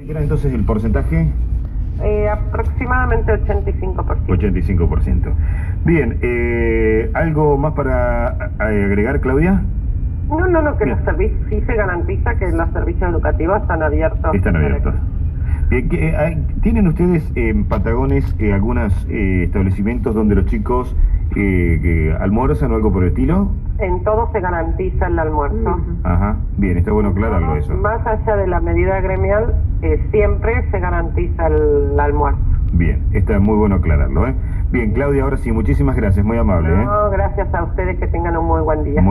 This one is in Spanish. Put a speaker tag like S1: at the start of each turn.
S1: Entonces el porcentaje
S2: Eh, aproximadamente 85%.
S1: 85%. Bien, eh, ¿algo más para a- a- agregar, Claudia?
S2: No, no, no, que
S1: Bien.
S2: los servicios, sí se garantiza que los servicios educativos están abiertos.
S1: Están abiertos. Eh, ¿qué- eh, hay- ¿Tienen ustedes en Patagones eh, algunos eh, establecimientos donde los chicos eh, que almuerzan o algo por el estilo?
S2: En todo se garantiza el almuerzo.
S1: Ajá, bien, está bueno aclararlo eso.
S2: Más allá de la medida gremial, eh, siempre se garantiza el almuerzo.
S1: Bien, está muy bueno aclararlo. ¿eh? Bien, Claudia, ahora sí, muchísimas gracias, muy amable. ¿eh?
S2: No, gracias a ustedes, que tengan un muy buen día.
S1: Muy